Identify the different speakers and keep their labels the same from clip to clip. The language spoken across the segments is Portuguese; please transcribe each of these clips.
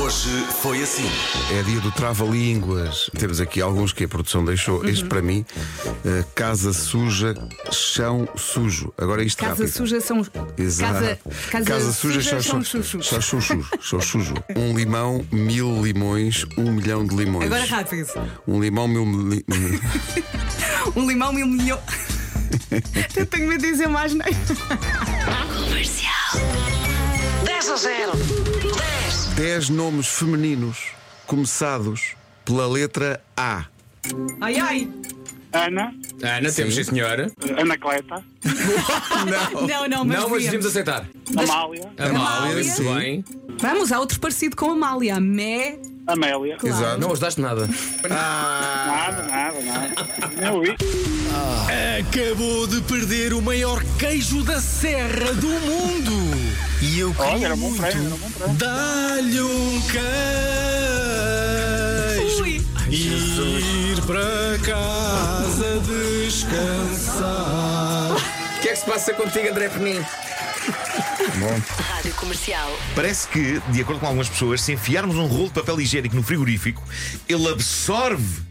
Speaker 1: Hoje foi assim.
Speaker 2: É dia do trava-línguas. Temos aqui alguns que a produção deixou.
Speaker 3: Uhum.
Speaker 2: Este para mim, eh, casa suja, chão sujo. Agora isto
Speaker 3: Casa
Speaker 2: rápido.
Speaker 3: suja são.
Speaker 2: Exato.
Speaker 3: Casa, casa, suja, são chuchus.
Speaker 2: chão sujo. Chão sujo. Um limão, mil limões, um milhão de limões.
Speaker 3: Agora rápido.
Speaker 2: Um limão, mil. mili-
Speaker 3: Um limão, mil milhão. Eu tenho medo de dizer mais, não é?
Speaker 4: 10 a 0. 10.
Speaker 2: Dez nomes femininos começados pela letra A.
Speaker 3: Ai, ai.
Speaker 5: Ana,
Speaker 6: Ana, temos sim, senhora.
Speaker 5: Anacleta,
Speaker 3: Não, Oh. não, mas.
Speaker 6: não, mas
Speaker 3: viemos.
Speaker 6: devíamos aceitar.
Speaker 5: Amália,
Speaker 6: Amália,
Speaker 3: Amália.
Speaker 6: muito bem.
Speaker 3: Vamos, há outro parecido com a Amália. Mé.
Speaker 5: Amélia.
Speaker 2: Exato.
Speaker 6: Não ajudaste nada.
Speaker 5: Nada, nada, nada. Nem ouvi.
Speaker 7: Acabou de perder o maior queijo da serra do mundo. E eu queria
Speaker 5: Olha, era bom prémio, era bom prémio.
Speaker 7: dar-lhe um queijo.
Speaker 3: Ui.
Speaker 7: Ir para casa descansar.
Speaker 6: O que é que se passa contigo, André Penin?
Speaker 4: Rádio Comercial.
Speaker 8: Parece que, de acordo com algumas pessoas, se enfiarmos um rolo de papel higiênico no frigorífico, ele absorve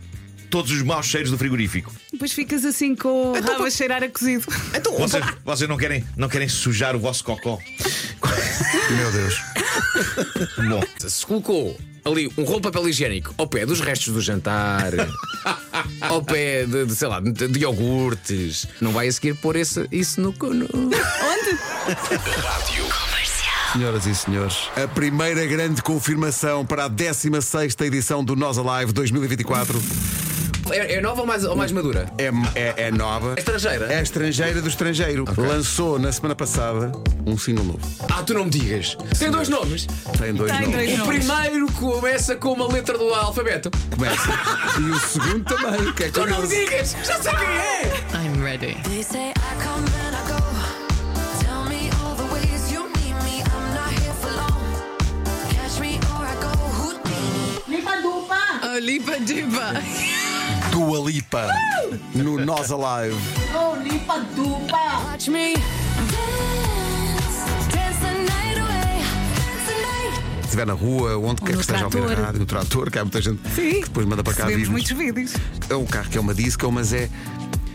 Speaker 8: todos os maus cheiros do frigorífico.
Speaker 3: Depois ficas assim com o rabo a cheirar a cozido.
Speaker 8: Então, vocês, vocês não, querem, não querem sujar o vosso cocó?
Speaker 2: Meu Deus.
Speaker 8: Bom,
Speaker 6: Se colocou ali um rolo de papel higiênico ao pé dos restos do jantar, ao pé de, de, sei lá, de, de iogurtes, não vai a seguir pôr esse, isso no, cu- no.
Speaker 2: Senhoras e senhores, a primeira grande confirmação para a 16 edição do Nós Alive 2024
Speaker 6: É, é nova ou mais, ou mais madura?
Speaker 2: é, é, é nova.
Speaker 6: É estrangeira?
Speaker 2: É estrangeira do estrangeiro. Lançou na semana passada um single novo.
Speaker 6: Ah, tu não me digas. Tem dois nomes.
Speaker 2: Tem dois
Speaker 3: Tem
Speaker 2: nomes.
Speaker 3: dois
Speaker 6: O
Speaker 3: nomes.
Speaker 6: primeiro começa com uma letra do alfabeto.
Speaker 2: Começa. E o segundo também, que é
Speaker 6: Tu não me
Speaker 2: curioso.
Speaker 6: digas! Já sei quem é!
Speaker 9: They say I come and I go. Tell me all the ways you need me. I'm not here for long. Catch me or I go Houdini.
Speaker 2: Dua Lipa no Nós Alive.
Speaker 9: Watch me dance, dance the night away, dance the night.
Speaker 2: Se estiver na rua, onde quer
Speaker 3: no
Speaker 2: que esteja a ouvir a
Speaker 3: trator.
Speaker 2: rádio, no trator, que há muita gente
Speaker 3: Sim.
Speaker 2: que depois manda para cá
Speaker 3: Recebemos
Speaker 2: vir.
Speaker 3: muitos vídeos.
Speaker 2: É um carro que é uma disco, mas é,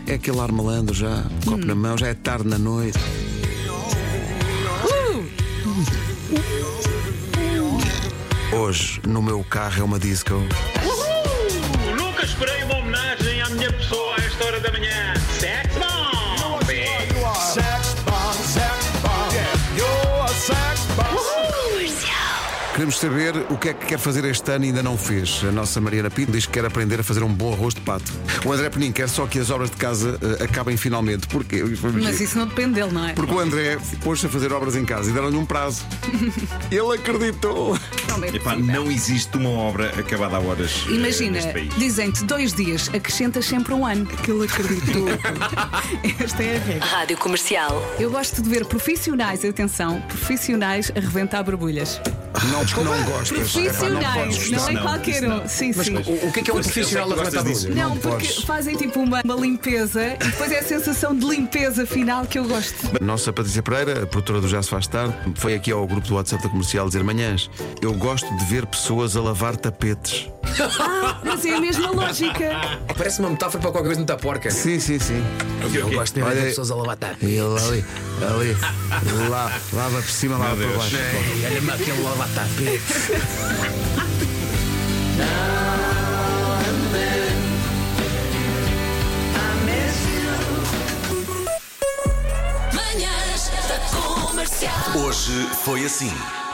Speaker 2: é aquele ar malandro já,
Speaker 3: Hum.
Speaker 2: copo na mão, já é tarde na noite.
Speaker 3: Uh.
Speaker 2: Hoje, no meu carro, é uma disco.
Speaker 10: Eu nunca esperei uma homenagem à minha pessoa a esta hora da manhã. Sex bomb!
Speaker 2: Queremos saber o que é que quer fazer este ano e ainda não fez. A nossa Mariana Pinto diz que quer aprender a fazer um bom arroz de pato. O André Penin quer só que as obras de casa eh, acabem finalmente. Porquê? Vamos
Speaker 3: Mas
Speaker 2: ver.
Speaker 3: isso não depende dele, não é?
Speaker 2: Porque o André pôs-se a fazer obras em casa e deram-lhe um prazo. Ele acreditou.
Speaker 3: Não é
Speaker 8: epá,
Speaker 3: possível.
Speaker 8: não existe uma obra acabada a horas eh,
Speaker 3: Imagina,
Speaker 8: neste país.
Speaker 3: dizem-te dois dias, acrescentas sempre um ano. Aquilo acredito. Esta é a regra.
Speaker 4: Rádio Comercial.
Speaker 3: Eu gosto de ver profissionais, atenção, profissionais a reventar borbulhas.
Speaker 2: Não, não
Speaker 3: é
Speaker 2: gostas.
Speaker 3: Profissionais,
Speaker 8: podes
Speaker 3: não,
Speaker 8: gostar,
Speaker 3: é
Speaker 8: não,
Speaker 3: qualquer
Speaker 8: isso
Speaker 3: um. Sim, sim.
Speaker 6: O, o que é que é um profissional a
Speaker 8: gostas
Speaker 6: levantar a
Speaker 8: disso?
Speaker 6: blusa?
Speaker 3: Não,
Speaker 2: não
Speaker 3: porque
Speaker 2: podes.
Speaker 3: fazem tipo uma, uma limpeza e depois é a sensação de limpeza final que eu gosto.
Speaker 2: Nossa Patrícia Pereira, a produtora do Já Se Faz Tarde, foi aqui ao grupo do WhatsApp da comercial dizer manhãs. Eu gosto de ver pessoas a lavar tapetes.
Speaker 3: Ah, mas é a mesma lógica.
Speaker 6: Parece uma metáfora para qualquer coisa muito porca.
Speaker 2: Sim, sim, sim.
Speaker 6: Eu gosto de ver
Speaker 2: Olha-
Speaker 6: as pessoas a lavar tapas.
Speaker 2: E ele ali, ali, lá, lava por cima, lava por baixo.
Speaker 6: Olha-me um aquele lavar tapas.
Speaker 9: Manhãs da comercial.
Speaker 1: Hoje foi assim.